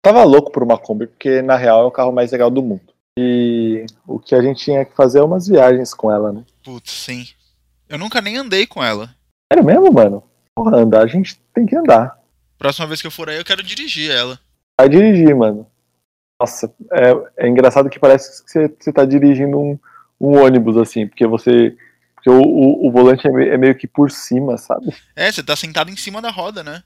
Tava louco por uma Kombi, porque na real é o carro mais legal do mundo. E o que a gente tinha que fazer é umas viagens com ela, né? Putz, sim. Eu nunca nem andei com ela. Sério mesmo, mano? Porra, andar, a gente tem que andar. Próxima vez que eu for aí, eu quero dirigir ela. Vai dirigir, mano. Nossa, é, é engraçado que parece que você, você tá dirigindo um, um ônibus, assim, porque você. Porque o, o, o volante é, me- é meio que por cima, sabe? É, você tá sentado em cima da roda, né?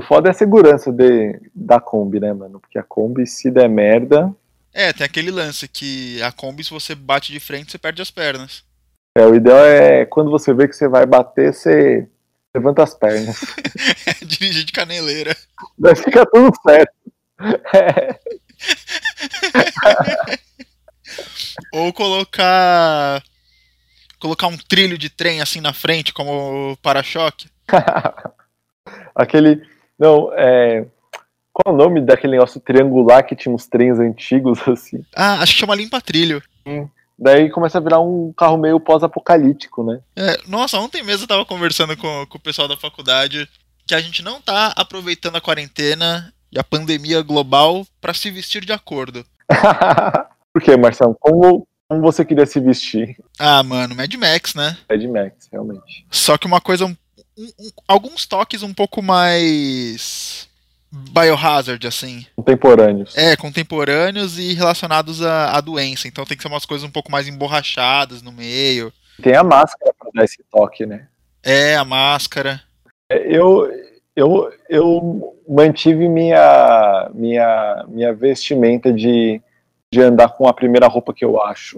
O foda é a segurança de, da Kombi, né, mano? Porque a Kombi, se der merda, É, tem aquele lance que a Kombi, se você bate de frente, você perde as pernas. é, o ideal é quando você vê que você vai bater, você levanta as pernas. É, dirigir de caneleira. Daí fica tudo certo. É, Ou colocar. Colocar um trilho de trem assim na frente, como para-choque. aquele. Não, é. Qual é o nome daquele negócio triangular que tinha uns trens antigos, assim? Ah, acho que chama limpa-trilho. Daí começa a virar um carro meio pós-apocalíptico, né? É, nossa, ontem mesmo eu tava conversando com, com o pessoal da faculdade que a gente não tá aproveitando a quarentena e a pandemia global pra se vestir de acordo. Por quê, Marcelo? Como, como você queria se vestir? Ah, mano, Mad Max, né? Mad Max, realmente. Só que uma coisa. um- um- um- alguns toques um pouco mais. Biohazard, assim. Contemporâneos. É, contemporâneos e relacionados à, à doença. Então tem que ser umas coisas um pouco mais emborrachadas no meio. Tem a máscara pra dar esse toque, né? É, a máscara. É, Eu, eu, eu mantive minha, minha, minha vestimenta de, de andar com a primeira roupa que eu acho.